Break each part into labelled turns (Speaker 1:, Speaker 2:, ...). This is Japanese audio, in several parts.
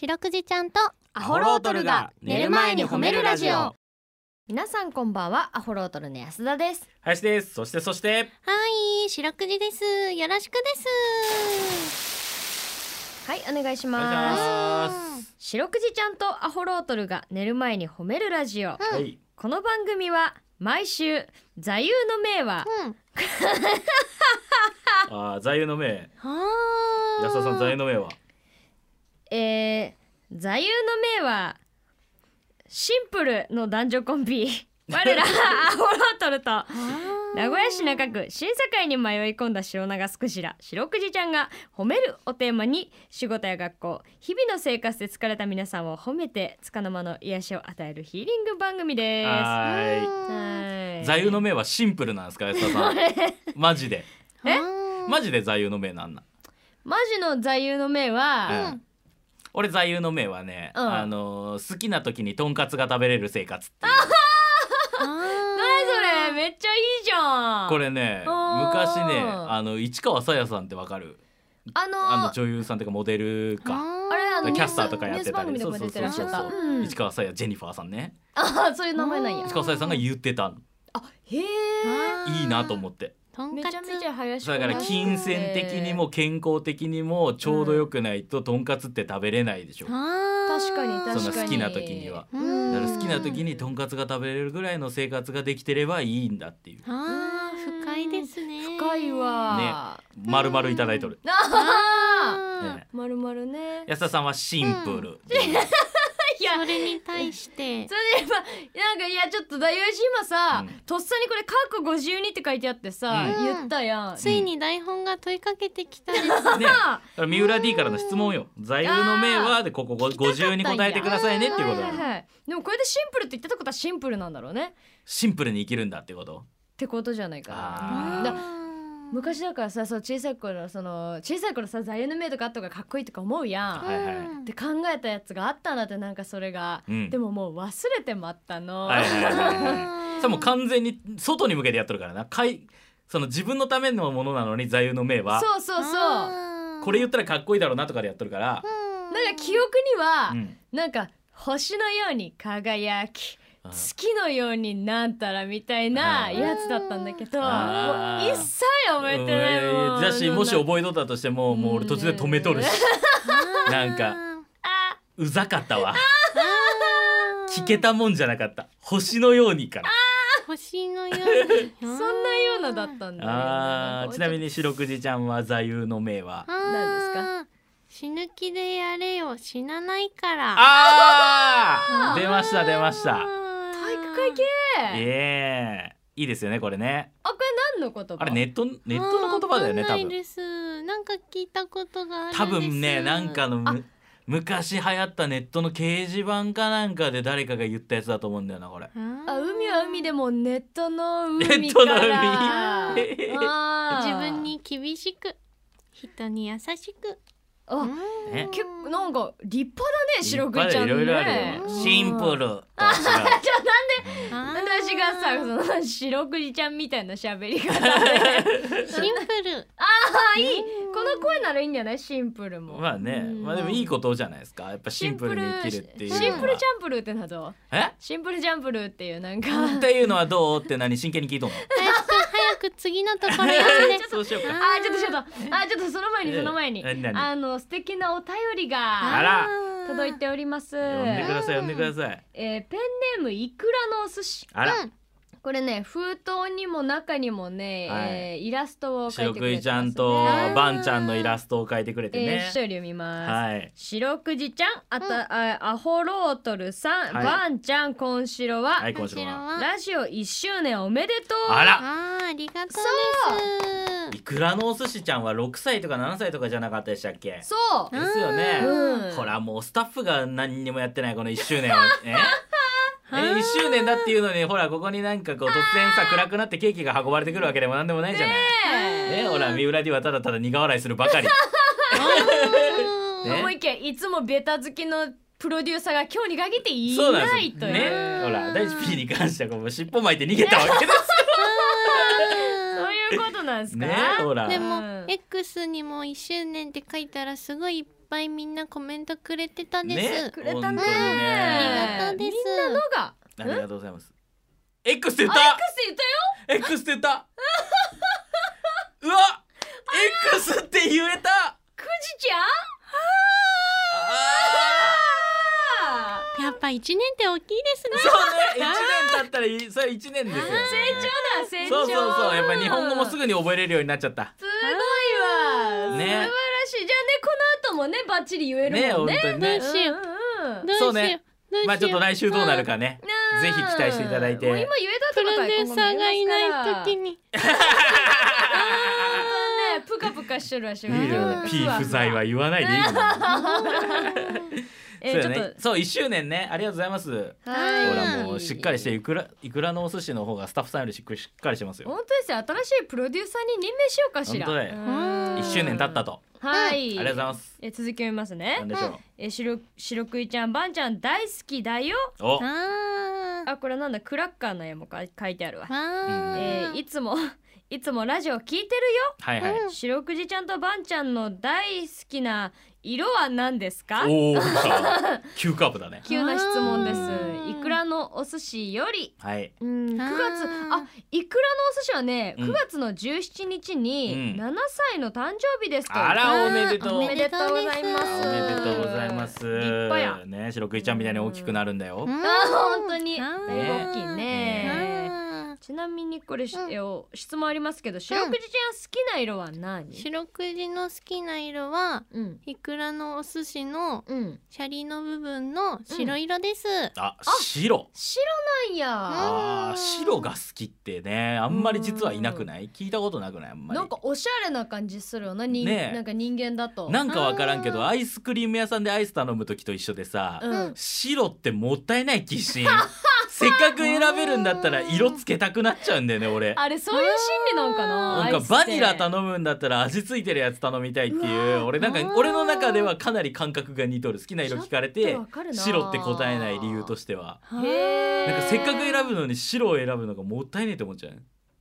Speaker 1: 白くじちゃんと
Speaker 2: アホロートルが寝る前に褒めるラジオ
Speaker 1: 皆さんこんばんはアホロートルの安田です
Speaker 2: 林ですそしてそして
Speaker 1: はい白くじですよろしくですはいお願いし
Speaker 2: お
Speaker 1: ます
Speaker 2: 願いします
Speaker 1: 白くじちゃんとアホロートルが寝る前に褒めるラジオ、
Speaker 2: は
Speaker 1: はい
Speaker 2: い
Speaker 1: この番組は毎週座右の銘は、
Speaker 2: あー座右の銘
Speaker 1: あ
Speaker 2: 安田さん座右の銘は
Speaker 1: えー、座右の銘はシンプルの男女コンビ我らアホロートルと名古屋市中区審査会に迷い込んだ白長スクジラ白くじちゃんが「褒める」をテーマに仕事や学校日々の生活で疲れた皆さんを褒めてつかの間の癒しを与えるヒーリング番組です。は
Speaker 2: はー
Speaker 1: ー
Speaker 2: い
Speaker 1: い
Speaker 2: 座 右の銘はシンプルなんですか安田さんマジで
Speaker 1: え
Speaker 2: マジで座右の銘なんなん
Speaker 1: マジの座右の銘は、
Speaker 2: うん俺座右の銘はね
Speaker 1: うん
Speaker 2: あのー好きな時にとんかつが食べれる生活っていう
Speaker 1: 何それめっちゃいいじゃん
Speaker 2: これね
Speaker 1: あー
Speaker 2: 昔ねあの市川さやさんってわかる
Speaker 1: あの
Speaker 2: あの女優さんとかモデルか
Speaker 1: あれあの
Speaker 2: キャスターとかやってたり
Speaker 1: ニュース番組とか出てらっしゃった
Speaker 2: そうそうそう
Speaker 1: うん
Speaker 2: 市川さやジェニファーさんね
Speaker 1: あそういう名前なんや
Speaker 2: 市川さやさんが言ってたの
Speaker 1: あへえ
Speaker 2: いいなと思って
Speaker 3: とん
Speaker 1: め
Speaker 3: か
Speaker 1: ちゃめちゃ
Speaker 3: つ
Speaker 1: 林くん
Speaker 2: だから金銭的にも健康的にもちょうど良くないととんかつって食べれないでしょ、
Speaker 1: 確かに確かに
Speaker 2: そんな好きな時には
Speaker 3: うん
Speaker 2: だから好きな時にとんかつが食べれるぐらいの生活ができてればいいんだっていう
Speaker 3: あー深いですね
Speaker 1: 深いわ
Speaker 2: 丸々いただいとる、
Speaker 1: あ
Speaker 3: あ
Speaker 2: ね
Speaker 1: ーまるまるね
Speaker 2: 安田さんはシンプルっていう、
Speaker 1: いや
Speaker 3: ーそれに対して
Speaker 1: それでまあなんかいやちょっとだよし今さ
Speaker 2: うん
Speaker 1: とっさにこれ「カーコ52」って書いてあってさ
Speaker 2: うん
Speaker 1: 言ったやん
Speaker 3: ついに台本が問いかけてきたです
Speaker 2: ねだから三浦 D からの質問よ座右の銘はでここ50に答えてくださいねっていうこと
Speaker 1: はい
Speaker 2: だ
Speaker 1: はいでもこれでシンプルって言ってたことはシンプルなんだろうね
Speaker 2: シンプルに生きるんだってこと
Speaker 1: ってことじゃないか
Speaker 2: あ
Speaker 1: な
Speaker 2: ー
Speaker 1: だ昔だからさそう小さい頃その小さい頃さ座右の銘とかあった方がかっこいいとか思うやん。
Speaker 2: はいはい
Speaker 1: って考えたやつがあったんだってなんかそれが、
Speaker 2: うん
Speaker 1: でももう忘れてまったの、
Speaker 2: はいはいはいはいはい
Speaker 3: い
Speaker 2: さもう完全に外に向けてやっとるからなかいその自分のためのものなのに座右の銘は
Speaker 1: そうそうそうなんか
Speaker 2: これ言ったらかっこいいだろうなとかでやっとるから、
Speaker 1: 記憶には、
Speaker 2: うん
Speaker 1: なんか星のように輝き
Speaker 2: あ
Speaker 1: 月のようになんたらみたいなやつだったんだけどもう
Speaker 2: あー
Speaker 1: 一切覚えてない
Speaker 2: う
Speaker 1: も
Speaker 2: んんだしもし
Speaker 1: え
Speaker 2: 覚えとったとしてももう俺途中で止めとるしなんかうざかったわ聞けたもんじゃなかった星のようにから
Speaker 3: 星のよう に
Speaker 1: そんなようなだったんだよ
Speaker 2: あーちなみ
Speaker 1: に
Speaker 2: に白くじちゃんは座右の銘は
Speaker 3: 何ですか死ぬ気でやれよ死なないから
Speaker 2: あー出ました出ました
Speaker 1: 体育会系
Speaker 2: ええいいですよねこれね
Speaker 1: あこれ何の言葉
Speaker 2: あれネットネットの言葉だよね
Speaker 3: わ
Speaker 2: 多
Speaker 3: かんない
Speaker 2: 分
Speaker 3: ですなんか聞いたことがあるんです
Speaker 2: 多分ねなんかのむ
Speaker 1: あ
Speaker 2: 昔流行ったネットの掲示板かなんかで誰かが言ったやつだと思うんだよなこれ
Speaker 1: あ海は海でもネットの海から
Speaker 2: ネットの海
Speaker 1: あ ー
Speaker 3: 自分に厳しく人に優しく
Speaker 1: あ
Speaker 3: うん
Speaker 2: ね
Speaker 1: 結構なんか立派だね白くちゃんね
Speaker 2: いっぱいいろいろあるよね
Speaker 1: うん
Speaker 2: シンプルと
Speaker 1: あ
Speaker 2: は
Speaker 1: じゃあなんで
Speaker 3: あー
Speaker 1: 私がさその白くじちゃんみたいな喋り方で
Speaker 3: シンプル
Speaker 1: あいいこの声ならいいんじゃないシンプル
Speaker 2: 違
Speaker 1: も
Speaker 2: うまあね
Speaker 1: うん
Speaker 2: まあでもいいことじゃないですかやっぱシンプルに生きるっていうのは
Speaker 1: シンプルジャンプルってなどう
Speaker 2: え
Speaker 1: シンプルジャンプルっていうなんか
Speaker 2: っていうのはどうって何真剣に聞いとんの
Speaker 3: 林くん早く次のところ読 んで
Speaker 2: そうしようか
Speaker 1: あちょっとちょっとあちょっとその前にその前に
Speaker 2: ええ何
Speaker 1: あの素敵なお便りが
Speaker 2: あら
Speaker 1: 届いております
Speaker 2: 呼んでください
Speaker 3: うん
Speaker 2: 呼んでください
Speaker 1: えーペンネームいくらのお寿司
Speaker 2: あら
Speaker 3: うん
Speaker 1: これね封筒にも中にもね、
Speaker 2: はい
Speaker 1: えーイラストを描い
Speaker 2: 白
Speaker 1: てく
Speaker 2: く
Speaker 1: れ
Speaker 2: じち
Speaker 1: て
Speaker 2: ゃ
Speaker 1: ます
Speaker 2: ん
Speaker 1: ね
Speaker 2: とバンちゃんのイラストを描いてくれて
Speaker 1: えー
Speaker 2: ね
Speaker 1: 一緒に読みます、
Speaker 2: はい
Speaker 1: 白くじちゃんあた、あアホロートルさん、
Speaker 2: はい
Speaker 1: バンちゃんこんしろは、
Speaker 2: はい
Speaker 3: こ
Speaker 2: 今
Speaker 3: ち
Speaker 2: 週
Speaker 3: ら
Speaker 2: は
Speaker 3: は
Speaker 1: ラジオ1周年おめでとう
Speaker 2: あら
Speaker 3: あーありがとうで
Speaker 2: いくらのお寿司ちゃんは6歳とか7歳とかじゃなかったでしたっけ
Speaker 1: そう
Speaker 2: ですよ
Speaker 1: う
Speaker 2: ね
Speaker 1: ん
Speaker 2: ほらもうスタッフが何にもやってないこの1周 年をねえ1周年だっていうのにほらここになんかこう突然さ暗くなってケーキが運ばれてくるわけでも何でもないじゃない
Speaker 1: ね
Speaker 2: ねほら三浦にはただただ苦笑いするばかり
Speaker 1: え
Speaker 2: ね
Speaker 1: 思いっきりいつもベタ好きのプロデューサーが今日に限ってい
Speaker 2: そうな
Speaker 1: なんい
Speaker 2: です
Speaker 1: と
Speaker 2: よ
Speaker 1: いう
Speaker 2: ねほら大地 P に関してはこう尻尾巻いて逃げたわ けです
Speaker 1: そういうことなんです
Speaker 2: よ
Speaker 1: か、
Speaker 2: ねほら
Speaker 3: で
Speaker 1: う
Speaker 3: も
Speaker 1: ん
Speaker 3: X にも1周年って書いたらすごいいっぱいみんなコメントくれてたです、
Speaker 2: ね
Speaker 1: くれたね
Speaker 2: 本当にね
Speaker 3: ありがとうです
Speaker 1: みんなのが
Speaker 2: ありがとうございます。X って言っ
Speaker 1: あ X
Speaker 2: た
Speaker 1: 言ったよ
Speaker 2: X って言ったうわ X って言えた
Speaker 1: くじちゃん
Speaker 2: あ
Speaker 1: あ
Speaker 3: やっぱ一年って大きいですね
Speaker 2: ー そうね1年経ったらいそれ1年ですよ
Speaker 1: ー成長だ成
Speaker 2: そ
Speaker 1: 長
Speaker 2: うそうそうやっぱり日本語もすぐに覚えれるようになっちゃった
Speaker 1: すごいわ、
Speaker 2: ね
Speaker 1: 素晴らしいじゃあねこの後もねバッチリ言え
Speaker 2: ね
Speaker 1: るもんね
Speaker 2: 本当にね
Speaker 3: 当に
Speaker 1: うんうんうん
Speaker 3: どうし
Speaker 2: そ
Speaker 3: よ
Speaker 2: う
Speaker 3: うど
Speaker 2: ね
Speaker 3: うしよう
Speaker 2: まあちょっと来週どうなるかね
Speaker 1: なあ
Speaker 2: ぜひ期待していただいて
Speaker 1: もう今言えた
Speaker 3: プ
Speaker 1: ってこと
Speaker 3: ロ
Speaker 1: は
Speaker 3: デューサーがいない時
Speaker 1: ね
Speaker 3: に
Speaker 1: プカプカしてるわし
Speaker 2: いいよ
Speaker 1: うん
Speaker 2: P 不 在は言わないでいいの
Speaker 1: え
Speaker 2: そうだ
Speaker 1: ちょっと
Speaker 2: ねそう1周年ねありがとうございます
Speaker 1: は
Speaker 2: ほ
Speaker 1: い
Speaker 2: らもうしっかりしていくらいくらのお寿司の方がスタッフさんよりしっくりしっかりしてますよ
Speaker 1: 本当ですよ新しいプロデューサーに任命しようかしら
Speaker 2: 本当だよ
Speaker 1: うん
Speaker 2: 1周年経ったと
Speaker 1: は
Speaker 2: あ
Speaker 1: い、
Speaker 2: りがとうございます
Speaker 1: え続き読みますね
Speaker 2: なんでしょ
Speaker 1: えしろしろくいちゃんばんちゃん大好きだよ
Speaker 2: うお
Speaker 3: あー
Speaker 1: あこれなんだクラッカーの絵もか書いてあるわ、
Speaker 3: あ
Speaker 1: えー
Speaker 3: ー
Speaker 1: いつも いつもラジオ聞いてる
Speaker 2: はいはい
Speaker 1: よしろくじちゃんとばんちゃんの大好きな色は何ですか
Speaker 2: おお急カーブだね
Speaker 1: 急な質問です
Speaker 3: うん
Speaker 1: いくらのお寿司より
Speaker 2: はい
Speaker 1: うん9月
Speaker 3: あー
Speaker 1: あいくらのお寿司はね
Speaker 2: うん
Speaker 1: 9月の17日に
Speaker 2: うん
Speaker 1: 7歳の誕生日ですと
Speaker 2: あらおめでとう
Speaker 1: おめでとうございま
Speaker 2: お
Speaker 1: す
Speaker 2: めでとうございます
Speaker 1: 立派や
Speaker 2: ね白クイちゃんみたいに大きくなるんだよ
Speaker 1: あー本当に
Speaker 3: あ
Speaker 1: だい
Speaker 3: ー
Speaker 1: ぶ大きいね
Speaker 3: あ
Speaker 1: ちなみにこれ、し
Speaker 3: うん
Speaker 1: えお質問ありますけど白くじちゃん好きな色は何
Speaker 3: ー白くじの好きな色は
Speaker 1: うん
Speaker 3: いくらのお寿司の
Speaker 1: うん
Speaker 3: シャリの部分の白色です、
Speaker 2: あ白
Speaker 1: 白なんや
Speaker 2: あー白が好きってねあんまり実はいなくない聞いたことなくないあんまり
Speaker 1: なんかおしゃれな感じするよな人
Speaker 2: ねえ
Speaker 1: なんか人間だと
Speaker 2: なんかわからんけど
Speaker 3: あー
Speaker 2: アイスクリーム屋さんでアイス頼む時と一緒でさ
Speaker 1: うん
Speaker 2: 白ってもったいない気心 せっかく選べるんだったら色つけたくなっちゃうんだよね俺
Speaker 1: あれそういう心理なんかな
Speaker 2: なん
Speaker 1: ア
Speaker 2: か
Speaker 1: イスって
Speaker 2: バニラ頼むんだったら味付いてるやつ頼みたいっていう俺なんか
Speaker 3: あー
Speaker 2: 俺の中ではかなり感覚が似とる好きな色聞かれ
Speaker 1: ちょってとわかるな
Speaker 2: 白って答えない理由としては
Speaker 1: へー
Speaker 2: なんかせっかく選ぶのに白を選ぶのがもったいねえと思っちゃう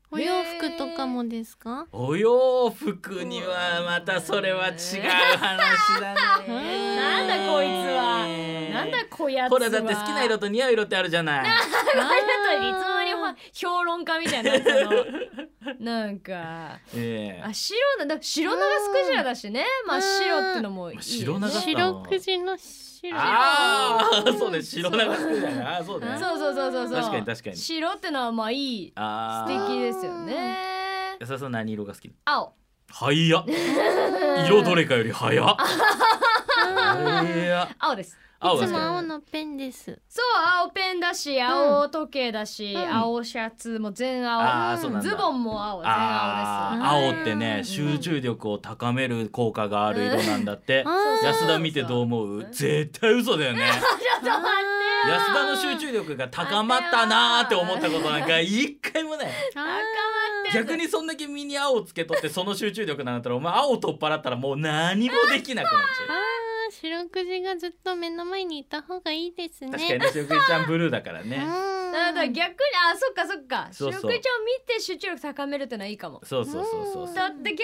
Speaker 3: お洋服とかもですか
Speaker 2: お洋服にはまたそれは違う話だね
Speaker 1: なんだこいつはなんだこやつ
Speaker 2: ほ
Speaker 1: は
Speaker 2: らだって好きな色と似合う色ってあるじゃない
Speaker 1: ありがとういつの間にほ評論家みたいになって たのなんか
Speaker 2: え
Speaker 1: あ白なだ白長スクジラだしねまあ白ってのもいいよね
Speaker 2: 白長
Speaker 1: そう
Speaker 3: 白くじの白
Speaker 2: ああーそうね白長好きだねあーそうね
Speaker 1: そうそうそうそう
Speaker 2: 確かに確かに
Speaker 1: 白ってのはまあいい
Speaker 2: あ
Speaker 1: 素
Speaker 2: ー
Speaker 1: 敵ですよね
Speaker 2: 安田さん何色が好き
Speaker 1: 青
Speaker 2: はいや色どれかより早っ早っ
Speaker 1: 青です
Speaker 2: 青
Speaker 3: い
Speaker 2: が
Speaker 3: つ
Speaker 2: 好
Speaker 3: も
Speaker 2: きなの
Speaker 3: 青のペンです
Speaker 1: そう青ペンだし青時計だし、青シャツも全
Speaker 2: あー
Speaker 1: 青、
Speaker 2: そうなんだ
Speaker 1: ズボンも青全青
Speaker 2: あ
Speaker 1: です
Speaker 2: ー
Speaker 3: 青です
Speaker 2: 青ってね
Speaker 3: うん
Speaker 2: 集中力を高める効果がある色なんだって
Speaker 3: あー
Speaker 2: 安田見てどう思う絶対嘘だよ ね
Speaker 1: ちょっと待って
Speaker 2: 安田の集中力が高まったなーって思ったことなんか一回も ない
Speaker 1: あ
Speaker 3: あ
Speaker 1: かまって
Speaker 2: 逆にそんだけ身に青をつけとってその集中力なんだったらお前青取っ払ったらもう何もできなくなっ
Speaker 3: ーあー白くじがずっと目の前にいた方がいいですね
Speaker 2: ちゃう確かに ねしおくちゃんブルーだから ね
Speaker 3: うん
Speaker 1: なるほど逆にあそっかそっか
Speaker 2: そうそう
Speaker 1: 白クイちゃんを見て集中力高めるってのはいいかも
Speaker 2: そうそうそうそうそう
Speaker 1: だって逆にあれ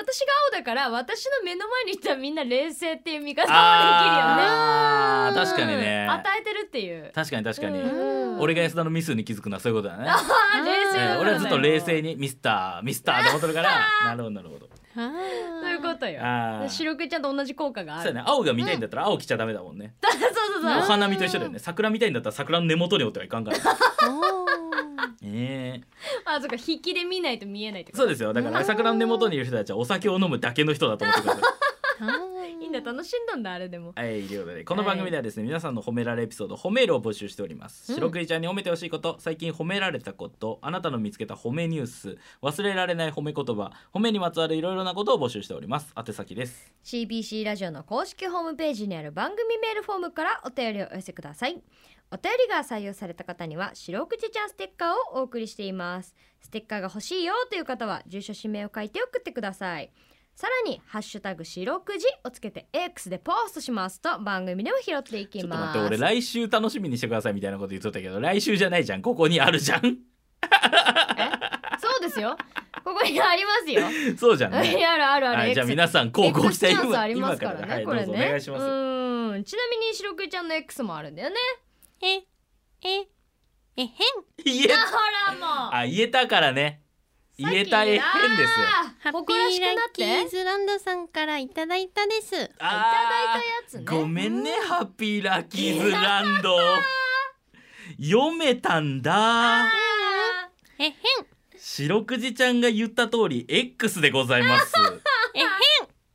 Speaker 1: 私が青だから私の目の前にいたらみんな冷静っていう見方もできるよね
Speaker 2: あー確かに
Speaker 1: う
Speaker 2: ね
Speaker 1: ん与えてるっていう
Speaker 2: 確かに確かに
Speaker 1: うん
Speaker 2: 俺が安田のミスに気づくのはそういうことだ ね
Speaker 1: あ冷静だ
Speaker 2: えー
Speaker 1: からだよ
Speaker 2: 俺はずっと冷静にミスターミスターって思ってる からなるほどなるほど
Speaker 3: あー
Speaker 1: ということよ
Speaker 2: あー
Speaker 1: 白クイちゃんと同じ効果があ
Speaker 2: そうや
Speaker 1: る
Speaker 2: ね青が見たいんだったら青着ちゃダメだもんね
Speaker 1: そうそうそう
Speaker 2: お
Speaker 1: そう
Speaker 2: 花見と一緒だよね桜見たいんだったら桜の根元におってはいかん から
Speaker 3: おー
Speaker 2: ええ
Speaker 1: あそっか引きで見ないと見えないってこと
Speaker 2: そうですよだから桜の根元にいる人たちはお酒を飲むだけの人だと思ってくださ い
Speaker 3: あー
Speaker 1: いいんだ楽しんどんだあれでも
Speaker 2: はい、ということでこの番組ではですね、皆さんの褒められエピソード褒めるを募集しております、
Speaker 1: うん
Speaker 2: 白くじちゃんに褒めてほしいこと最近褒められたことあなたの見つけた褒めニュース忘れられない褒め言葉褒めにまつわるいろいろなことを募集しております宛先です
Speaker 1: CBC ラジオの公式ホームページにある番組メールフォームからお便りをお寄せくださいお便りが採用された方には白くじちゃんステッカーをお送りしていますステッカーが欲しいよという方は住所氏名を書いて送ってくださいさらに「ハッシュタグ白くじ」をつけて X でポストしますと番組でも拾ってい
Speaker 2: ち
Speaker 1: き
Speaker 2: ょっと
Speaker 1: ま
Speaker 2: 待っ
Speaker 1: す
Speaker 2: て俺
Speaker 1: っ
Speaker 2: 来週楽しみにしてくださいみたいなこと言っとったけど来週じゃないじゃんここにあるじゃん
Speaker 1: そうですよここにありますよ
Speaker 2: そうじゃん
Speaker 1: ある
Speaker 2: ね。
Speaker 1: あるある、
Speaker 2: はい、じゃあ
Speaker 1: X
Speaker 2: 皆さん高校したい
Speaker 1: X チャンスありま
Speaker 2: 今
Speaker 1: すからね
Speaker 2: はい、ど
Speaker 1: こ
Speaker 2: う
Speaker 1: れ
Speaker 2: ぞお
Speaker 1: ね
Speaker 2: 願いします。
Speaker 1: うんちなみに白くいちゃんの X もあるんだよね
Speaker 3: えええへん
Speaker 2: 言え
Speaker 1: あほらもう
Speaker 2: あ言えたからね。
Speaker 1: さっき
Speaker 2: 言えたえ変ですよ。
Speaker 3: ハッピ
Speaker 1: 誇らし
Speaker 3: ー
Speaker 1: くな
Speaker 3: ラッ
Speaker 1: って
Speaker 3: キーズランドさんからいただいたです
Speaker 1: いただいたやつね
Speaker 2: ごめんね、ハッピーラッキーズラン ド。読めたんだ。
Speaker 1: あ
Speaker 3: えへん
Speaker 2: 白くじちゃんが言った通り X でござい ます。
Speaker 3: えへん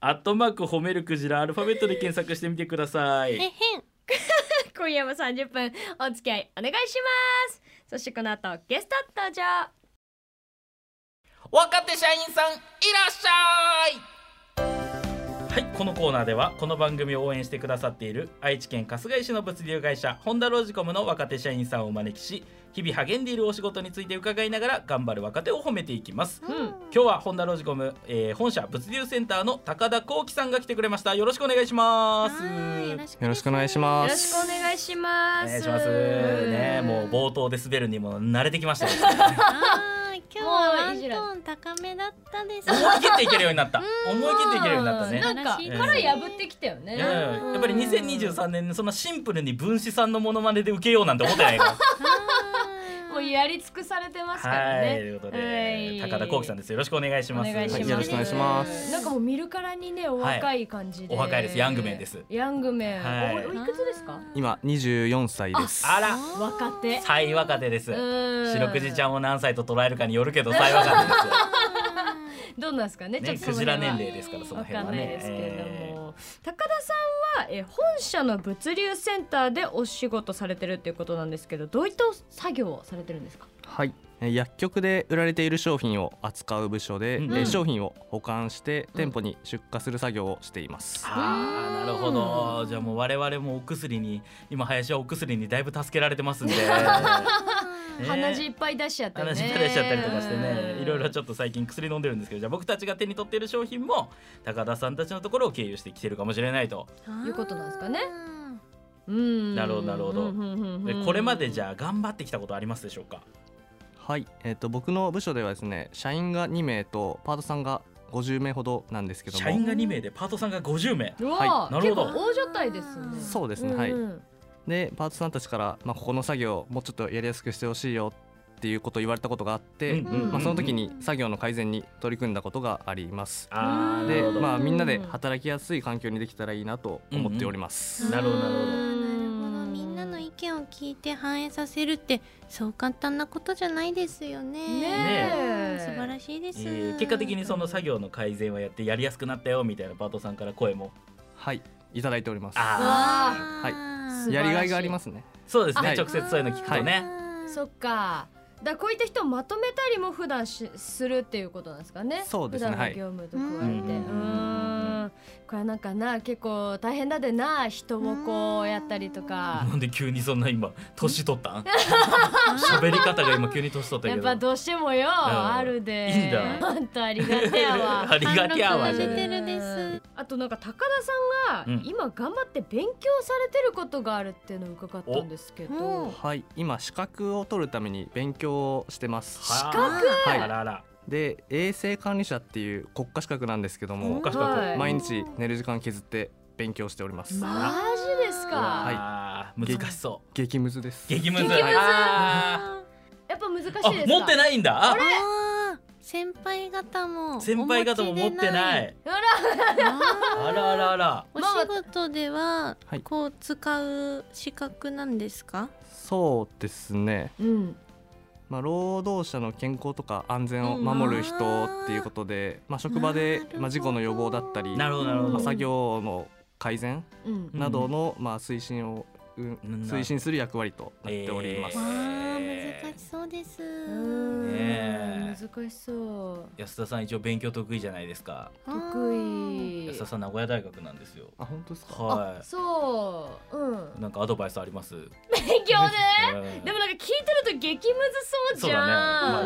Speaker 2: アットマーク褒めるクジラアルファベットで検索してみてくださ
Speaker 3: えへ
Speaker 2: い。
Speaker 3: ん
Speaker 1: ー今夜も30分お付き合いお願いしますそしてこの後ゲスト登場
Speaker 2: 若手社員さんいらっしゃいはいこのコーナーではこの番組を応援してくださっている愛知県春日井市の物流会社ホンダロジコムの若手社員さんをお招きし日々励んでいるお仕事について伺いながら頑張る若手を褒めていきます
Speaker 1: うん
Speaker 2: 今日はホンダロジコム、えー本社物流センターの高田幸喜さんが来てくれましたよろしくお願いします
Speaker 3: はいよ
Speaker 4: よろしくお願いし
Speaker 1: よ
Speaker 4: ま
Speaker 1: ろ
Speaker 4: す
Speaker 1: しくお願いしま
Speaker 2: お
Speaker 1: す
Speaker 2: 願いしますねもう冒頭で滑るにも慣れてきましたね
Speaker 3: あー今日はワントーン高めだったです
Speaker 2: 思い切っていけるようになった思い切っていけるようになったね
Speaker 1: なんか
Speaker 3: 素晴
Speaker 2: らしい
Speaker 1: 殻破ってきたよね
Speaker 2: いやいややっぱり2023年そんなシンプルに分子さんのモノマネで受けようなんて思ってない か。
Speaker 3: あー
Speaker 1: もうやり尽くされてますからら
Speaker 2: はい、と
Speaker 1: ね
Speaker 2: いうこと
Speaker 1: はい
Speaker 2: で高田幸喜さんです。よろしくお願いし
Speaker 1: お
Speaker 2: ます。
Speaker 1: 願いします、
Speaker 4: はいよろしくお願いします
Speaker 1: なんかもう見るからにねお若い感じで、
Speaker 2: お若いですヤングメンです
Speaker 1: ヤングメン、
Speaker 2: はい
Speaker 1: おおいくつですか
Speaker 4: 今24歳です
Speaker 2: あら、
Speaker 1: 若手
Speaker 2: 最若手です。
Speaker 1: うん
Speaker 2: 白くじちゃんを何歳と捉えるかによるけど最若手 で
Speaker 1: どうなんですかねちょっ
Speaker 2: す。
Speaker 1: と
Speaker 2: ね、ク
Speaker 1: そ
Speaker 2: ジ
Speaker 1: の
Speaker 2: ラ
Speaker 1: 辺は
Speaker 2: 年齢ですからその
Speaker 1: わ
Speaker 2: 辺
Speaker 1: か
Speaker 2: は
Speaker 1: んないですけれど
Speaker 2: ね。
Speaker 1: も、高田さんはえー本社の物流センターでお仕事されてるっていうことなんですけどどういった作業をされてるんですか
Speaker 4: はいえー薬局で売られている商品を扱う部署で、
Speaker 2: うん
Speaker 4: えー
Speaker 1: うん
Speaker 4: 商品を保管して
Speaker 1: うん
Speaker 4: 店舗に出荷する作業をしています、
Speaker 2: ああーなるほどじゃあもう我々もお薬に今林はお薬にだいぶ助けられてます んでね
Speaker 1: 鼻血いっぱい出しちゃったりね
Speaker 2: 話垂れしちゃったりとかしてね
Speaker 1: うん
Speaker 2: いろいろちょっと最近薬飲んでるんですけどじゃあ僕たちが手に取っている商品も高田さんたちのところを経由してきてるかもしれないと
Speaker 1: いうことなんですかね
Speaker 3: あ
Speaker 1: うん
Speaker 2: なるほどなるほど
Speaker 1: うんうんうん
Speaker 2: で
Speaker 1: うん
Speaker 2: これまでじゃあ頑張ってきたことありますでしょうか
Speaker 4: はい、えー、と僕の部署ではですね社員が2名とパートさんが50名ほどなんですけども
Speaker 2: 社員が2名でパートさんが50名
Speaker 1: うわ
Speaker 4: は
Speaker 1: ー
Speaker 2: いなるほど
Speaker 1: 結構大所帯ですね
Speaker 4: そうですね、
Speaker 1: ん
Speaker 4: はい
Speaker 1: ん
Speaker 4: でパートさんたちから、まあ、ここの作業もうちょっとやりやすくしてほしいよっていうことを言われたことがあって、
Speaker 2: うんうんうん
Speaker 4: まあ、その時に作業の改善に取り組んだことがあります
Speaker 2: あーな
Speaker 4: で、
Speaker 2: るほど
Speaker 4: まあ、みんなで働きやすい環境にできたらいいなと思っております、
Speaker 2: なるほどなるほど
Speaker 3: ーなるほどみんなの意見を聞いて反映させるってそう簡単なことじゃないですよね
Speaker 1: ねえ
Speaker 3: うん素晴らしいです、
Speaker 2: えー結果的にその作業の改善はやってやりやすくなったよみたいなパートさんから声も
Speaker 4: はいいただいております
Speaker 2: ああ
Speaker 1: あ
Speaker 3: あ
Speaker 4: はい
Speaker 1: ー
Speaker 4: やりがいがありますね
Speaker 2: そうですね、
Speaker 4: はい
Speaker 2: 直接そういうの聞くとね、
Speaker 1: ー
Speaker 3: そ
Speaker 1: そっかだからこういった人をまとめたりも普段しするっていうことなんですかね
Speaker 4: そうですね
Speaker 1: 普段
Speaker 4: は
Speaker 1: の
Speaker 4: い
Speaker 1: 業務と加えて、う
Speaker 2: うん
Speaker 1: んこれなんかな結構大変だでな人をこ
Speaker 3: う
Speaker 1: うんやったりとか
Speaker 2: なんで急にそんな今年取 ったん喋り方が今急に年取った
Speaker 1: や
Speaker 2: け
Speaker 1: っ
Speaker 2: ど
Speaker 1: ぱどうしてもよあるで
Speaker 2: いいんだ
Speaker 1: 本当ありがてや
Speaker 2: あ
Speaker 1: わ
Speaker 2: りがてやわ
Speaker 3: あ
Speaker 2: じゃ
Speaker 3: り
Speaker 2: な
Speaker 3: が
Speaker 2: い
Speaker 3: てるです
Speaker 1: うんあとなんか高田さん
Speaker 2: う
Speaker 1: が
Speaker 2: ん
Speaker 1: 今頑張って勉強されてることがあるっていうのを伺ったんですけ
Speaker 3: おう
Speaker 1: ど
Speaker 3: ん
Speaker 4: はい今資格を取るために勉強をしてます
Speaker 2: は
Speaker 1: 格
Speaker 4: はい
Speaker 2: あらあら
Speaker 4: で衛生管理者っていう国家資格なんですけども
Speaker 2: おかしくなった
Speaker 1: はい
Speaker 4: 毎日寝る時間削って勉強しております
Speaker 1: マジですか、
Speaker 4: はい
Speaker 2: はい、難しそう。
Speaker 4: 激ムズです
Speaker 2: 激ムズ。
Speaker 1: 激ムズ
Speaker 2: あ
Speaker 3: あ
Speaker 1: やっぱ難しいです
Speaker 2: ー
Speaker 1: か
Speaker 2: あ、持ってないんだ。あ、
Speaker 3: ー先輩方も
Speaker 2: 先輩方も持ってないい。
Speaker 1: あら
Speaker 2: あらあらあら。
Speaker 3: お仕事では
Speaker 4: はい
Speaker 3: こう使う資格なんですか、
Speaker 4: そうですね
Speaker 1: うん
Speaker 4: まあ労働者の健康とか安全を守る人っていうことで、まあ、職場
Speaker 3: な
Speaker 4: で
Speaker 3: るほど
Speaker 4: まあ事故の予防だったり
Speaker 2: なるほどなるほ
Speaker 4: まあ
Speaker 2: ど。
Speaker 4: 作業の改善
Speaker 1: うん
Speaker 4: などのまあ推進をうん
Speaker 2: うん
Speaker 4: 推進する役割となっております
Speaker 2: えー
Speaker 3: わあ難しそうです、
Speaker 1: うーん
Speaker 2: ねえ
Speaker 1: 難しそう
Speaker 2: 安田さん一応勉強得意じゃないですか。
Speaker 3: あー
Speaker 1: 得意
Speaker 2: 安田さん名古屋大学なんですよ。
Speaker 4: あ本当ですか
Speaker 2: は
Speaker 1: そううん
Speaker 2: い。なんかアドバイスあります。
Speaker 1: 勉強ね
Speaker 2: うん
Speaker 1: でもなんか聞いてると激ムズそ
Speaker 2: そううだ
Speaker 1: じ
Speaker 2: ね。
Speaker 1: ゃ
Speaker 2: ま
Speaker 1: ん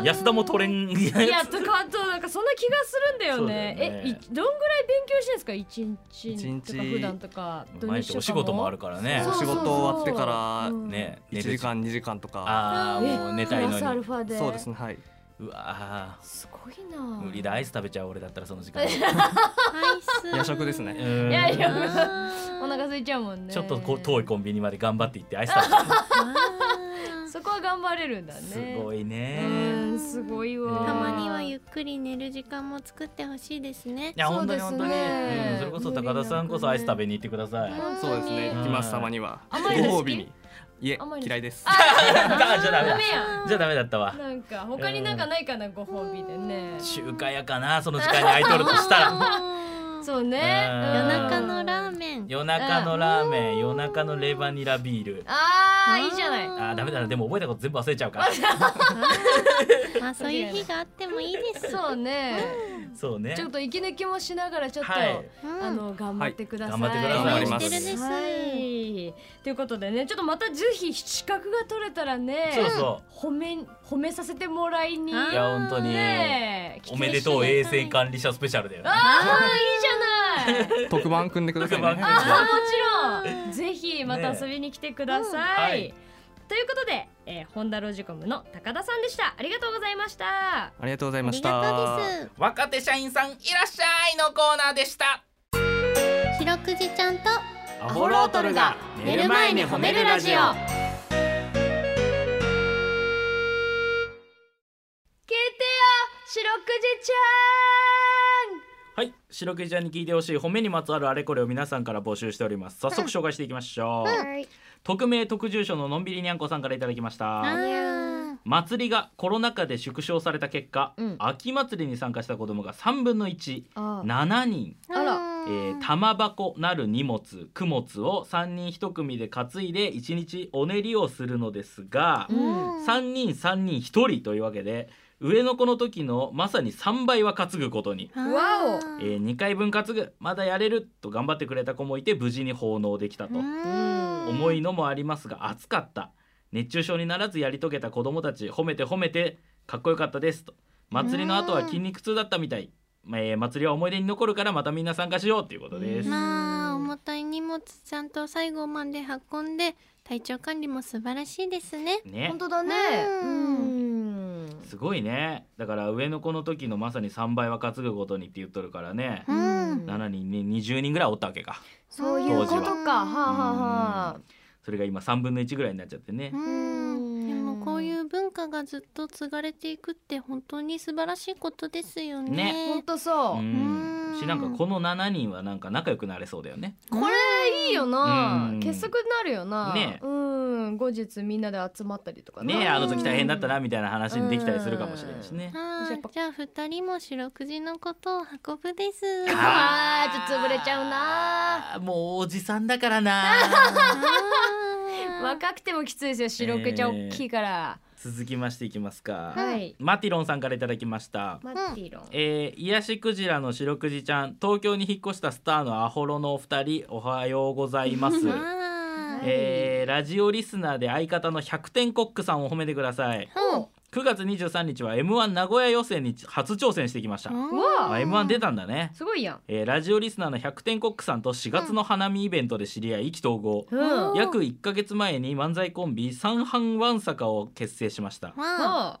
Speaker 2: あ安田もトレン。い
Speaker 1: いやとかあとなんかそんな気がするんだよね
Speaker 2: そうだよね
Speaker 1: えいどんぐらい勉強してんですか一日と
Speaker 4: 一
Speaker 1: か
Speaker 4: 日
Speaker 1: 普段とか土
Speaker 2: 毎日
Speaker 1: 日とか
Speaker 2: お仕事もあるからね
Speaker 1: そう。
Speaker 4: お仕事終わってから
Speaker 1: そうそうそううん
Speaker 2: ね、
Speaker 4: 1時間2時間とか
Speaker 2: ああ、
Speaker 1: え
Speaker 2: もう寝たい
Speaker 1: プラス
Speaker 2: の
Speaker 1: アル
Speaker 2: に。
Speaker 1: ファで
Speaker 4: そうですねはい
Speaker 2: うわ
Speaker 1: すごいな
Speaker 2: ー
Speaker 1: 無
Speaker 2: 無理だアイス食べちゃう俺だったらその時 間
Speaker 3: ア
Speaker 2: う
Speaker 3: イス
Speaker 4: 夜食です ね
Speaker 2: ーん
Speaker 1: いやいや
Speaker 3: あー
Speaker 1: お腹空いちゃうもんね
Speaker 2: ちょっとこう遠いコンビニまで頑張って行ってアイス食べちゃ
Speaker 3: あ ー
Speaker 1: そこは頑張れるんだ
Speaker 2: う
Speaker 1: ね
Speaker 2: すごいね
Speaker 1: うんすごいわ
Speaker 3: たまにはゆっくり寝る時間も作ってほしいですね
Speaker 2: いや本当に
Speaker 1: そう
Speaker 2: 本当
Speaker 1: です
Speaker 2: に、
Speaker 1: ね
Speaker 2: うんそれこそ高田さんこそアイス食べに行ってください、
Speaker 3: うん
Speaker 4: そうですね
Speaker 3: うん
Speaker 4: 行きますたまにはご
Speaker 1: 甘いの好き
Speaker 4: 褒美にいえ
Speaker 1: 甘いの好き
Speaker 4: 嫌いです
Speaker 2: あじゃあダメ
Speaker 1: ダ
Speaker 2: だ
Speaker 1: メや
Speaker 2: じゃあダメだったわ
Speaker 1: なんか他になんかないかなご褒美でね
Speaker 2: 中華屋かなその時間に空いとるとしたら
Speaker 3: あー
Speaker 1: そうね
Speaker 2: うん
Speaker 1: うん
Speaker 3: 夜中のラーメン
Speaker 2: 夜中のラーメン夜中のレバニラビール
Speaker 1: あーいいじゃない
Speaker 2: あーダメだなでも覚えたこと全部忘れちゃうから
Speaker 3: まあそういう日があってもいいです
Speaker 1: そうね
Speaker 2: そうね
Speaker 1: ちょっと息抜きもしながらちょっと
Speaker 2: はい
Speaker 3: うん
Speaker 1: あの頑張ってください
Speaker 2: 頑張ってください
Speaker 4: 頑張ります
Speaker 3: 応援してるです
Speaker 1: はいということでねちょっとまたぜひ資格が取れたらね
Speaker 2: そうそ
Speaker 1: 褒め褒めさせてもらいに
Speaker 3: あ
Speaker 2: いや本当に
Speaker 1: ねえ
Speaker 2: おめでとう衛生管理者スペシャルだよ
Speaker 1: あーいいじゃない
Speaker 4: 特番組んでください
Speaker 2: 特番
Speaker 4: ね
Speaker 2: 組んで
Speaker 1: あーもちろんぜひまた遊びに来てください、
Speaker 2: ね
Speaker 1: ということで、えー、ホンダロジコムの高田さんでしたありがとうございました
Speaker 4: ありがとうござい
Speaker 3: あ
Speaker 4: ま
Speaker 3: り
Speaker 4: した
Speaker 3: がとうです
Speaker 2: 若手社員さんいらっしゃいのコーナーでした
Speaker 3: 白くじちゃんと
Speaker 2: ア
Speaker 3: ホロートルが寝る前に褒めるラジオ
Speaker 1: 聞いてよ白くじち
Speaker 2: はい白くじちゃんに聞いてほしい褒めにまつわるあれこれを皆さんから募集しております早速紹介していきましょう、匿名特住所ののんびりにゃんこさんからいただきました、
Speaker 3: あ
Speaker 2: 祭りがコロナ禍で縮小された結果、
Speaker 1: うん
Speaker 2: 秋祭りに参加した子供が3分の17
Speaker 1: ゃん
Speaker 2: 人、
Speaker 3: ー
Speaker 1: あら
Speaker 2: えー、玉箱なる荷物供物を3人1組で担いで1日お練りをするのですが、
Speaker 1: うん
Speaker 2: 3人3人1人というわけで上の子の時のまさに3倍は担ぐことに、
Speaker 3: うん
Speaker 1: わお
Speaker 3: あ
Speaker 2: え
Speaker 3: ー
Speaker 2: ー、2回分担ぐまだやれると頑張ってくれた子もいて無事に奉納できたと。
Speaker 3: うん
Speaker 2: 重いのもありますが暑かった熱中症にならずやり遂げた子供たち褒めて褒めてかっこよかったですと祭りの後は筋肉痛だったみたい、えー祭りは思い出に残るからまたみんな参加しようということです、
Speaker 1: うん
Speaker 3: まあ重たい荷物ちゃんと最後まで運んで体調管理も素晴らしいですね。
Speaker 2: ね
Speaker 1: 本当だね
Speaker 3: うん
Speaker 1: うん
Speaker 2: すごいねだから上の子の時のまさに3倍は担ぐことにって言っとるからね、
Speaker 3: う
Speaker 1: う
Speaker 3: ん
Speaker 1: ん
Speaker 2: 7人に20人ぐらいおったわけか
Speaker 1: そういうこと
Speaker 3: 当時
Speaker 1: かは
Speaker 3: は
Speaker 1: あ、はあはあ、
Speaker 2: それが今3分の1ぐらいになっちゃってね
Speaker 3: う、
Speaker 1: ん
Speaker 3: ん、でもこういう文化がずっと継がれていくって本当に素晴らしいことですよ
Speaker 2: ね
Speaker 3: ね。
Speaker 1: 本当そう、
Speaker 2: うん
Speaker 3: うん
Speaker 2: しなんかこの7人はなんか仲良くなれそうだよね
Speaker 1: これいいよな、
Speaker 2: うん
Speaker 1: 結束になるよな、
Speaker 2: ね
Speaker 1: うん後日みんなで集まったりとかな
Speaker 2: ねあの時大変だったなみたいな話にできたりするかもしれないしね、
Speaker 3: あ
Speaker 1: やっ
Speaker 3: ー
Speaker 1: ぱ
Speaker 3: じゃあ二人も四六時のことを運ぶです。
Speaker 1: あーちょっと潰れちゃうな
Speaker 2: あーもうおじさんだからな
Speaker 3: あ
Speaker 1: 若くてもきついですよ白くちゃん
Speaker 2: えー
Speaker 1: 大きいから、
Speaker 2: 続きましていきますか、
Speaker 1: はい
Speaker 2: マティロンさんからいただきました
Speaker 1: マッティロン、
Speaker 2: えー、癒やしクジラの白くじちゃん東京に引っ越したスターのアホロのお二人おはようございます
Speaker 3: ーあー
Speaker 2: えーラジオリスナーで相方の100点コックさんを褒めてください
Speaker 1: うん
Speaker 2: 9月23日は m 1名古屋予選に初挑戦してきました、
Speaker 3: うん
Speaker 1: わ
Speaker 2: あ m 1出たんだね、
Speaker 1: すごいやん
Speaker 2: えーラジオリスナーの100点コックさんと4月の花見イベントで知り合い意気投合、
Speaker 1: うん
Speaker 3: うん
Speaker 2: 約1ヶ月前に漫才コンビ三半ワンサカを結成しました
Speaker 3: わあ
Speaker 1: あ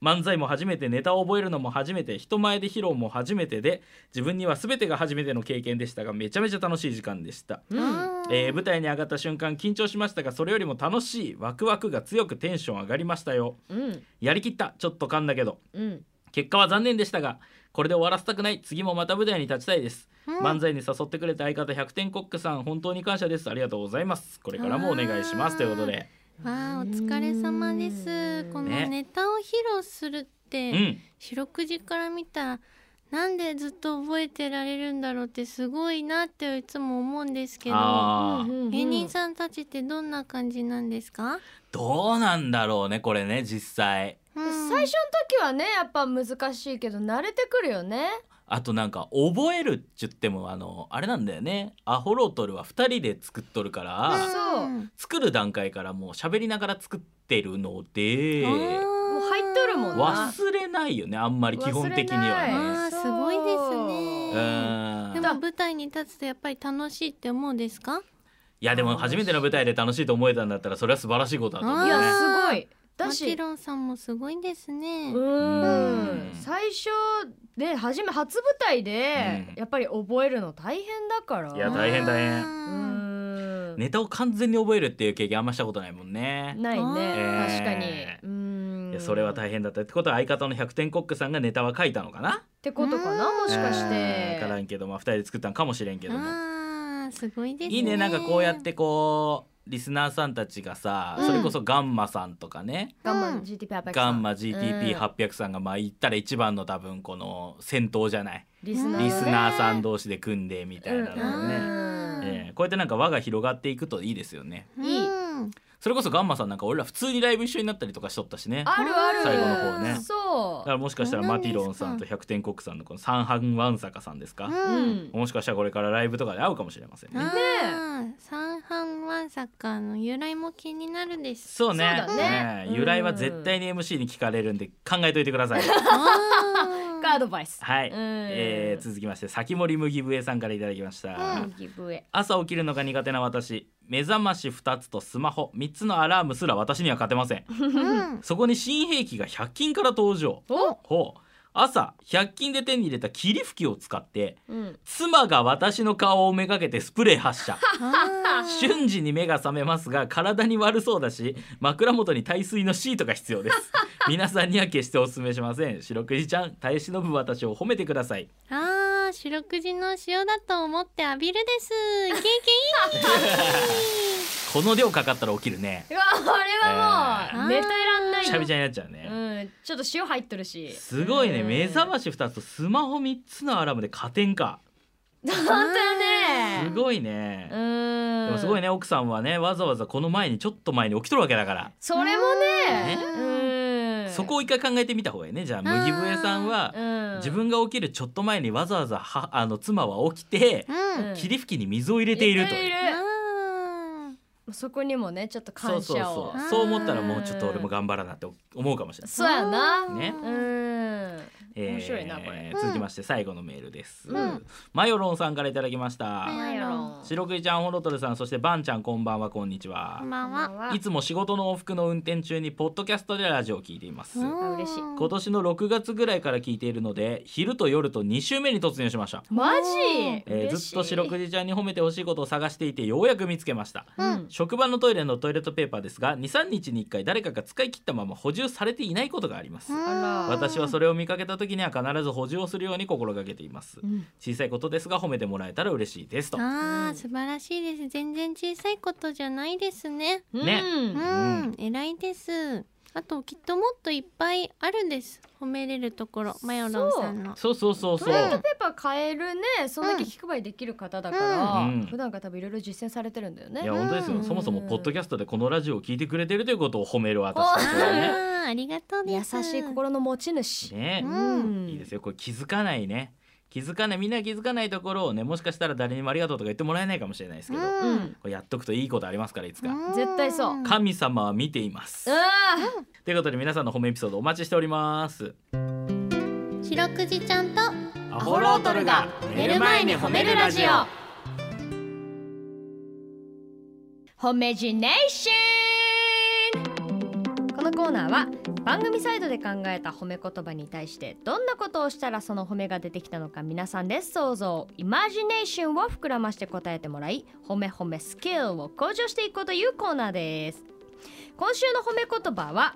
Speaker 2: 漫才も初めてネタを覚えるのも初めて人前で披露も初めてで自分には全てが初めての経験でしたがめちゃめちゃ楽しい時間でした、
Speaker 1: うん
Speaker 2: えー舞台に上がった瞬間緊張しましたがそれよりも楽しいワクワクが強くテンション上がりましたよ
Speaker 1: うん
Speaker 2: やりきったちょっと噛んだけど
Speaker 1: うん
Speaker 2: 結果は残念でしたがこれで終わらせたくない次もまた舞台に立ちたいです、
Speaker 3: うん
Speaker 2: 漫才に誘ってくれた相方100点コックさん本当に感謝ですありがとうございますこれからもお願いしま
Speaker 3: あ
Speaker 2: す
Speaker 3: ー
Speaker 2: ということで
Speaker 3: わあお疲れ様です
Speaker 1: うん
Speaker 3: この
Speaker 2: ね
Speaker 3: ネタを披露するって、
Speaker 2: うん
Speaker 3: 四六時から見たらなんでずっと覚えてられるんだろうってすごいなっていつも思うんですけど
Speaker 2: あー
Speaker 1: うん
Speaker 3: 芸人さんたちってどんな感じなんですか、
Speaker 2: どうなんだろうねこれね実際
Speaker 3: うん
Speaker 1: 最初の時はねやっぱ難しいけど慣れてくるよね
Speaker 2: あとなんか覚えるって言ってもあのあれなんだよねアホロートルは2人で作っとるから、
Speaker 1: うんそう
Speaker 2: 作る段階からもう喋りながら作ってるので
Speaker 1: も
Speaker 3: も
Speaker 1: う入っとるもんな
Speaker 2: 忘れないよねあんまり基本的には
Speaker 1: 忘れない
Speaker 2: ね。
Speaker 3: あーすごいですね
Speaker 2: うん
Speaker 3: でも舞台に立つとやっぱり楽しいって思うんですか
Speaker 2: いやでも初めての舞台で楽しいと思えたんだったらそれは素晴らしいことだと思うね
Speaker 1: いやすごい
Speaker 3: マ
Speaker 1: だ
Speaker 3: キ
Speaker 1: し
Speaker 3: ロンさんもすごいですね
Speaker 1: う。ー
Speaker 2: うん
Speaker 1: ん最初で初め初舞台で
Speaker 2: うん
Speaker 1: やっぱり覚えるの大変だから
Speaker 2: いや大変大変
Speaker 1: うー
Speaker 3: 変。
Speaker 1: ん
Speaker 2: ネタを完全に覚えるっていう経験あんましたことないもんね。
Speaker 1: ないね、
Speaker 2: あー
Speaker 1: 確かに
Speaker 2: えー
Speaker 1: うーん
Speaker 2: いやそれは大変だったってことは相方の100点コックさんがネタは書いたのかな
Speaker 1: ってことかな
Speaker 3: うん
Speaker 1: もしかし
Speaker 2: えー
Speaker 1: て
Speaker 2: わからんけど、まあ、2人で作ったのかもしれんけども
Speaker 3: ああ、すごいですね。
Speaker 2: いいねなんかこうやってこうリスナーさんたちがさ、
Speaker 3: うん
Speaker 2: それこそガンマさんとかね
Speaker 1: ガンマ
Speaker 3: うん
Speaker 1: GTP 800
Speaker 2: ガンマ
Speaker 1: うん
Speaker 2: GTP800 さんがまあ言ったら一番の多分この先頭じゃない
Speaker 1: リスナー
Speaker 2: リスナーさん同士で組んでみたいなのもね、
Speaker 1: うん
Speaker 2: えーこうやってなんか輪が広がっていくといいですよね
Speaker 3: うん。
Speaker 1: いい
Speaker 2: それこそガンマさんなんか俺ら普通にライブ一緒になったりとかしとったしね
Speaker 1: あるある
Speaker 2: 最後の方ね
Speaker 1: そ
Speaker 2: だ
Speaker 1: う
Speaker 2: からもしかしたらマティロンさんと百天国さんのこの三半ワンサカさんですか、
Speaker 3: う。
Speaker 1: うんん
Speaker 2: もしかしたらこれからライブとかで会うかもしれませんね。
Speaker 3: あー三半ワンサッカーの由来も気になるです。
Speaker 2: そうね
Speaker 1: そうだね
Speaker 2: え由来は絶対に MC に聞かれるんで考えといてください。
Speaker 3: あ
Speaker 1: アドバイス
Speaker 2: はい、
Speaker 1: うん
Speaker 2: えー続きまして先森麦笛さんからいただきました、
Speaker 3: うん
Speaker 1: 右笛
Speaker 2: 朝起きるのが苦手な私目覚まし2つとスマホ3つのアラームすら私には勝てません
Speaker 3: ーうん。
Speaker 2: そこに新兵器が100均から登場
Speaker 1: お
Speaker 2: ほう朝100均で手に入れた霧吹きを使って
Speaker 1: うん
Speaker 2: 妻が私の顔をめがけてスプレー発 射
Speaker 3: あー
Speaker 2: 瞬時に目が覚めますが体に悪そうだし枕元に耐水のシートが必要です 皆さんには決してお勧めしません白くじちゃん耐え忍ぶ私を褒めてください
Speaker 3: あー、四六時の塩だと思って浴びるです。イケイケ
Speaker 2: この量かかったら起きるね
Speaker 1: うわあれはも
Speaker 3: え
Speaker 1: う
Speaker 3: ー
Speaker 1: ネタいらんな
Speaker 2: び
Speaker 1: い
Speaker 2: ちゃび
Speaker 1: よ
Speaker 2: ちゃになっちゃうね、
Speaker 1: うんちょっと塩入っとるし
Speaker 2: すごいね
Speaker 1: うん
Speaker 2: 目覚まし2つとスマホ3つのアラームで加点か
Speaker 1: 本当だね
Speaker 2: すごいね、
Speaker 1: うん
Speaker 2: でもすごいね奥さんはねわざわざこの前にちょっと前に起きとるわけだから、
Speaker 1: それもねうん
Speaker 2: そこを一回考えてみた方がいいねじゃあ麦笛さんは
Speaker 1: うん
Speaker 2: 自分が起きるちょっと前にわざわざはあの妻は起きて
Speaker 3: イ。うん。
Speaker 1: うん
Speaker 2: 霧吹きに水を入れているという
Speaker 1: いるいる
Speaker 3: あ
Speaker 1: そこにもねちょっと
Speaker 2: そう
Speaker 1: 感
Speaker 2: そう
Speaker 1: 謝
Speaker 2: そ
Speaker 1: を
Speaker 2: うそう思ったらもうちょっと俺も頑張らなって思うかもしれない、
Speaker 1: そうやな
Speaker 3: ー
Speaker 2: ね
Speaker 1: うん
Speaker 2: えー
Speaker 1: 面白いなこれ
Speaker 2: 続きまして最後のメールです、
Speaker 1: うん
Speaker 2: マヨロンさんからいただきました、
Speaker 3: うん
Speaker 1: なんやろ
Speaker 2: 白くじちゃんホロトルさんそしてバンちゃんこんばんはこんにちは
Speaker 3: こんばんは。
Speaker 2: いつも仕事の往復の運転中にポッドキャストでラジオを聞いています
Speaker 3: うん
Speaker 1: あ嬉しい
Speaker 2: 今年の6月ぐらいから聞いているので昼と夜と2週目に突入しました
Speaker 1: マジ
Speaker 2: えー
Speaker 1: 嬉しい
Speaker 2: ずっと白くじちゃんに褒めてほしいことを探していてようやく見つけました
Speaker 1: うん
Speaker 2: 職場のトイレのトイレットペーパーですが23日に1回誰かが使い切ったまま補充されていないことがあります
Speaker 1: あら
Speaker 2: 私はそ
Speaker 3: れ。
Speaker 2: れを見かけた時には必ず補充をするように心がけています
Speaker 1: うん
Speaker 2: 小さいことですが褒めてもらえたら嬉しいですと
Speaker 3: あー素晴らしいです。全然小さいことじゃないですね。
Speaker 2: ね
Speaker 1: うん
Speaker 3: うん、偉いです。あときっともっといっぱいあるんです。褒めれるところ、マヨロンさんの。
Speaker 2: そうそうそう
Speaker 1: ト
Speaker 2: そ
Speaker 1: イレット
Speaker 2: う
Speaker 1: ペーパー変えるねそんだけ気配りできる方だから、
Speaker 2: うん
Speaker 1: 普段から多分いろいろ実践されてるんだよね
Speaker 2: いや本当です
Speaker 3: う
Speaker 2: よ
Speaker 3: ん
Speaker 2: そもそもポッドキャストでこのラジオを聞いてくれてるということを褒める私
Speaker 1: お
Speaker 2: たちはね
Speaker 3: あーありがとう
Speaker 1: 優
Speaker 3: です。
Speaker 1: しい。心の持ち主、
Speaker 2: ね
Speaker 3: う、
Speaker 2: いいです
Speaker 1: よ
Speaker 2: よこれ気づかないね気づかないみんな気づかないところをねもしかしたら誰にもありがとうとか言ってもらえないかもしれないですけど、こ
Speaker 1: うん、
Speaker 2: れやっとくといいことありますからいつか、
Speaker 3: うん
Speaker 1: 絶対そう
Speaker 2: 神様は見ています、
Speaker 1: あ
Speaker 2: ということで皆さんの褒めエピソードお待ちしております
Speaker 3: 白くじちゃんと。
Speaker 2: ア
Speaker 1: ホロートルが寝る前に褒めるラジオー褒めジネーションこのコーナーは番組サイドで考えた褒め言葉に対してどんなことをしたらその褒めが出てきたのか皆さんで想像イマジネーションを膨らまして答えてもらい褒め褒めスキルを向上していこうというコーナーです今週の褒め言葉は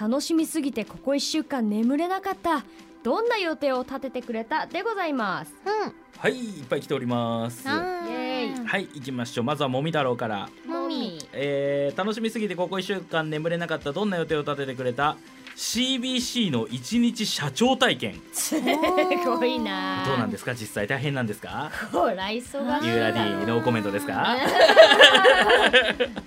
Speaker 1: 楽しみすぎてここ1週間眠れなかったどんな予定を立ててくれたでございます
Speaker 3: うん。
Speaker 2: はいいっぱい来ておりますは
Speaker 3: あー
Speaker 1: イエーイ
Speaker 2: い行きましょうまずはもみ太郎から、
Speaker 3: もみ
Speaker 2: えー、楽しみすぎてここ1週間眠れなかったどんな予定を立ててくれた CBC の一日社長体験
Speaker 1: すごいな
Speaker 2: どうなんですか実際大変なんですか
Speaker 1: こら忙しい
Speaker 2: ユーラディノーコメントですか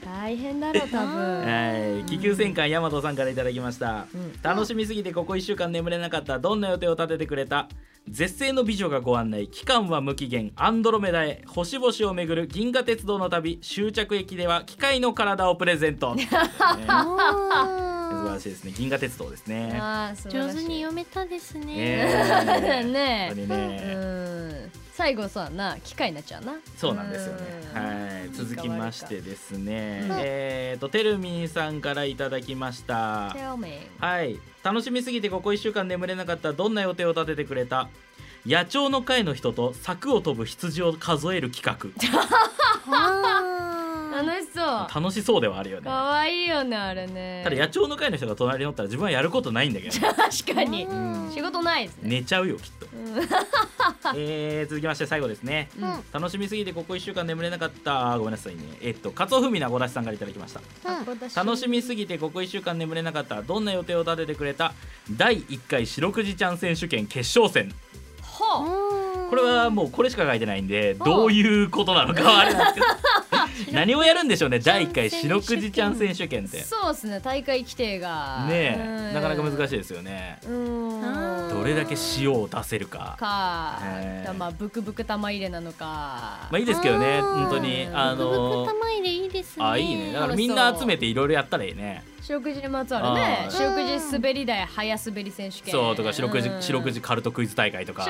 Speaker 1: 大変だろう多分
Speaker 2: はい、気球戦艦ヤマトさんからいただきました、
Speaker 1: うん
Speaker 2: 楽しみすぎてここ1週間眠れなかったどんな予定を立ててくれた絶世の美女がご案内期間は無期限アンドロメダへ星々を巡る銀河鉄道の旅終着駅では機械の体をプレゼン ト、ね素晴らしいですね銀河鉄道ですね
Speaker 1: あー素晴
Speaker 3: 上
Speaker 1: ら
Speaker 3: 手
Speaker 1: しい
Speaker 3: に読めたですね。
Speaker 2: ね本
Speaker 1: ね
Speaker 2: 当にね
Speaker 1: うん最後さな機械になっちゃうな
Speaker 2: そうなんですよね。
Speaker 1: うん
Speaker 2: はい、続きましてですね、
Speaker 1: うん
Speaker 2: えっ、とてるみんさんからいただきました。
Speaker 1: Tell me
Speaker 2: はい、楽しみすぎてここ1週間眠れなかったどんな予定を立ててくれた野鳥の会の人と柵を飛ぶ羊を数える企
Speaker 1: 楽しそう
Speaker 2: 画楽しそうではあるよね
Speaker 1: 可愛いよねあれね
Speaker 2: ただ野鳥の会の人が隣に乗ったら自分はやることないんだけどね
Speaker 1: 確かに
Speaker 3: うん
Speaker 1: 仕事ないですね
Speaker 2: 寝ちゃうよきっと、 えー続きまして最後ですね
Speaker 1: うん
Speaker 3: うん
Speaker 2: 楽しみすぎてここ1週間眠れなかったごめんなさいねえっとカツオフミナゴダシさんからいただきました楽しみすぎてここ1週間眠れなかったどんな予定を立ててくれた第1回白くじちゃん選手権決勝戦
Speaker 1: ほう
Speaker 2: これはもうこれしか書いてないんでどういうことなのかはあれなんですけど何をやるんでしょうね第1回白くじちゃん選手権って
Speaker 1: そうですね大会規定が
Speaker 2: ねえなかなか難し
Speaker 1: い
Speaker 2: いですよね
Speaker 1: うん
Speaker 3: あー
Speaker 2: どれだけ塩を出せるか
Speaker 1: か
Speaker 2: ねえ
Speaker 1: まあブクブク玉入れなのか
Speaker 2: まあいいですけどね
Speaker 3: あー
Speaker 2: 本当にあ
Speaker 3: ブクブ
Speaker 2: の
Speaker 3: ク玉入れいいですね
Speaker 2: あいいねだから
Speaker 1: 楽
Speaker 2: み
Speaker 1: しそうん
Speaker 2: な集めていろいろやったらいいね
Speaker 1: 四六時にまつわるね
Speaker 2: あー
Speaker 1: 四六時滑り台早滑り選手権
Speaker 2: そうとか白くじ
Speaker 1: うん
Speaker 2: 白くじカルトクイズ大会とか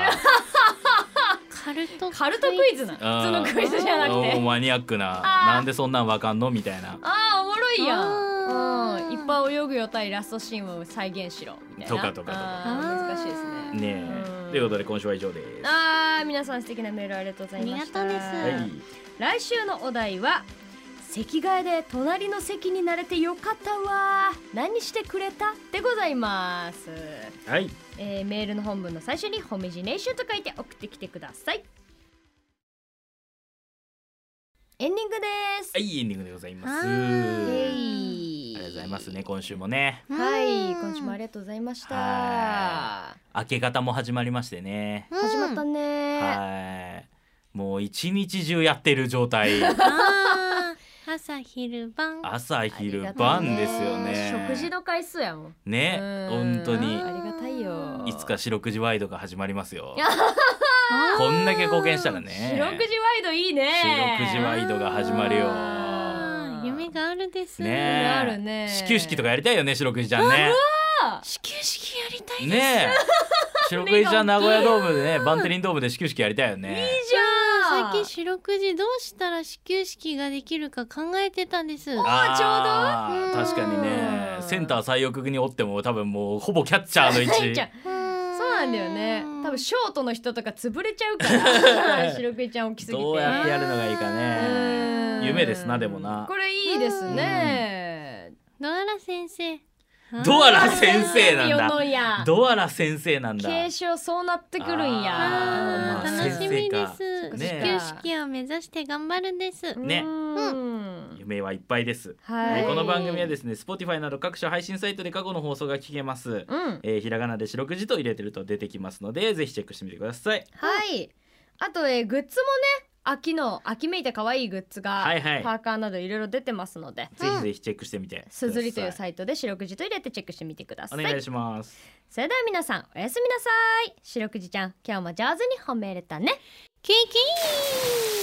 Speaker 3: カルト
Speaker 1: カルトクイズなの
Speaker 2: あー
Speaker 1: 普通のクイズじゃなく
Speaker 2: お
Speaker 1: て
Speaker 2: マニアックな
Speaker 1: あー
Speaker 2: なんでそんなんわかんのみたいな
Speaker 1: ああおもろいやん
Speaker 3: あー
Speaker 1: うんいっぱい泳ぐよ対ラストシーンを再現しろみたいな
Speaker 2: とかとかとか
Speaker 1: あー難しいですね
Speaker 2: ね
Speaker 1: う
Speaker 2: え
Speaker 1: ん
Speaker 2: ということで今週は以上です
Speaker 1: あー皆さん素敵なメールありがとうございました
Speaker 3: ありがとう
Speaker 2: は
Speaker 3: です
Speaker 2: い
Speaker 1: 来週のお題は席替えで隣の席になれてよかったわ何してくれたでございます、
Speaker 2: はい
Speaker 1: えーメールの本文の最初にホミジネーションと書いて送ってきてくださいエンディングです
Speaker 2: はい、エンディングでございます。
Speaker 3: は
Speaker 2: あ
Speaker 3: ーい
Speaker 2: り
Speaker 1: イエイ
Speaker 2: がとうございますね、今週もね。
Speaker 1: はい今週もありがとうございました
Speaker 2: は明け方も始まりましてね。
Speaker 1: 始まった
Speaker 3: ね
Speaker 1: ね
Speaker 2: はい。もう一日中やってる状 態。
Speaker 3: 朝昼晩
Speaker 2: 朝
Speaker 1: あり
Speaker 2: 昼
Speaker 1: がたい
Speaker 2: 晩ですよね。
Speaker 1: 食事の回数やもん
Speaker 2: ね、
Speaker 1: うん
Speaker 2: 本当に
Speaker 1: あ。りがたいよ
Speaker 2: いつか四六時ワイドが始まりますよ
Speaker 1: いや。
Speaker 2: こんだけ貢献したら
Speaker 1: 四
Speaker 2: ね。
Speaker 1: 六時ワイドいいね
Speaker 2: 四六時ワイドが始まるよ。
Speaker 1: あー
Speaker 3: 夢があるです
Speaker 2: ね
Speaker 1: あるね
Speaker 2: 始球式とかやりたいよね、四六時ちゃんね。
Speaker 3: 始球式やりたいです、
Speaker 2: ねえ。白クイちゃん名古屋ドームでね、バンテリンドームで始球式やりたいよね。
Speaker 1: いいじゃ
Speaker 3: 最
Speaker 1: ん
Speaker 3: 近四六時どうしたら始球式ができるか考えてたんです
Speaker 2: あー
Speaker 3: ちょうど
Speaker 2: 確かにね
Speaker 1: うん
Speaker 2: センター最奥におっても多分もうほぼキャッチャーの位
Speaker 1: 入っちゃ
Speaker 2: 置
Speaker 1: うそうなんだよね多分
Speaker 3: し
Speaker 1: ショートの人とか潰れちゃうから 白クイちゃん大きすぎて
Speaker 2: どうやってやるのがいいかね
Speaker 1: うん
Speaker 2: 夢ですなでもな
Speaker 1: これいいですね
Speaker 3: ドアラ先生
Speaker 2: ドアラ先生なん
Speaker 1: 世
Speaker 2: だ
Speaker 1: のや
Speaker 2: ドアラ先生なんだ
Speaker 1: 継承そうなってくるん
Speaker 2: あ
Speaker 1: や
Speaker 3: あー
Speaker 2: ーまあ
Speaker 3: 楽しみで
Speaker 1: か
Speaker 3: す、
Speaker 2: ね
Speaker 3: 始球式を目指して頑張るんです
Speaker 2: ね
Speaker 1: うん
Speaker 2: 夢はいっぱいです、
Speaker 1: は
Speaker 2: え
Speaker 1: い
Speaker 2: ーこの番組はですね Spotify など各種配信サイトで過去の放送が聞けます、
Speaker 1: うん
Speaker 2: えーひらがなで四六時と入れてると出てきますのでぜひチェックしてみてください
Speaker 1: はい。あと、えー、グッズもね、秋の秋めいた可愛いグッズが、
Speaker 2: はいはい
Speaker 1: パーカーなどいろいろ出てますので、
Speaker 2: ぜひぜひチェックしてみてくださ
Speaker 1: すずりというサイトで四六時と入れてチェックしてみてくださ
Speaker 2: お
Speaker 1: い。
Speaker 2: 願いします
Speaker 1: それでは皆さんおやすみなさい。四六時ちゃん、今日も上手に褒めれたね。
Speaker 3: キキーン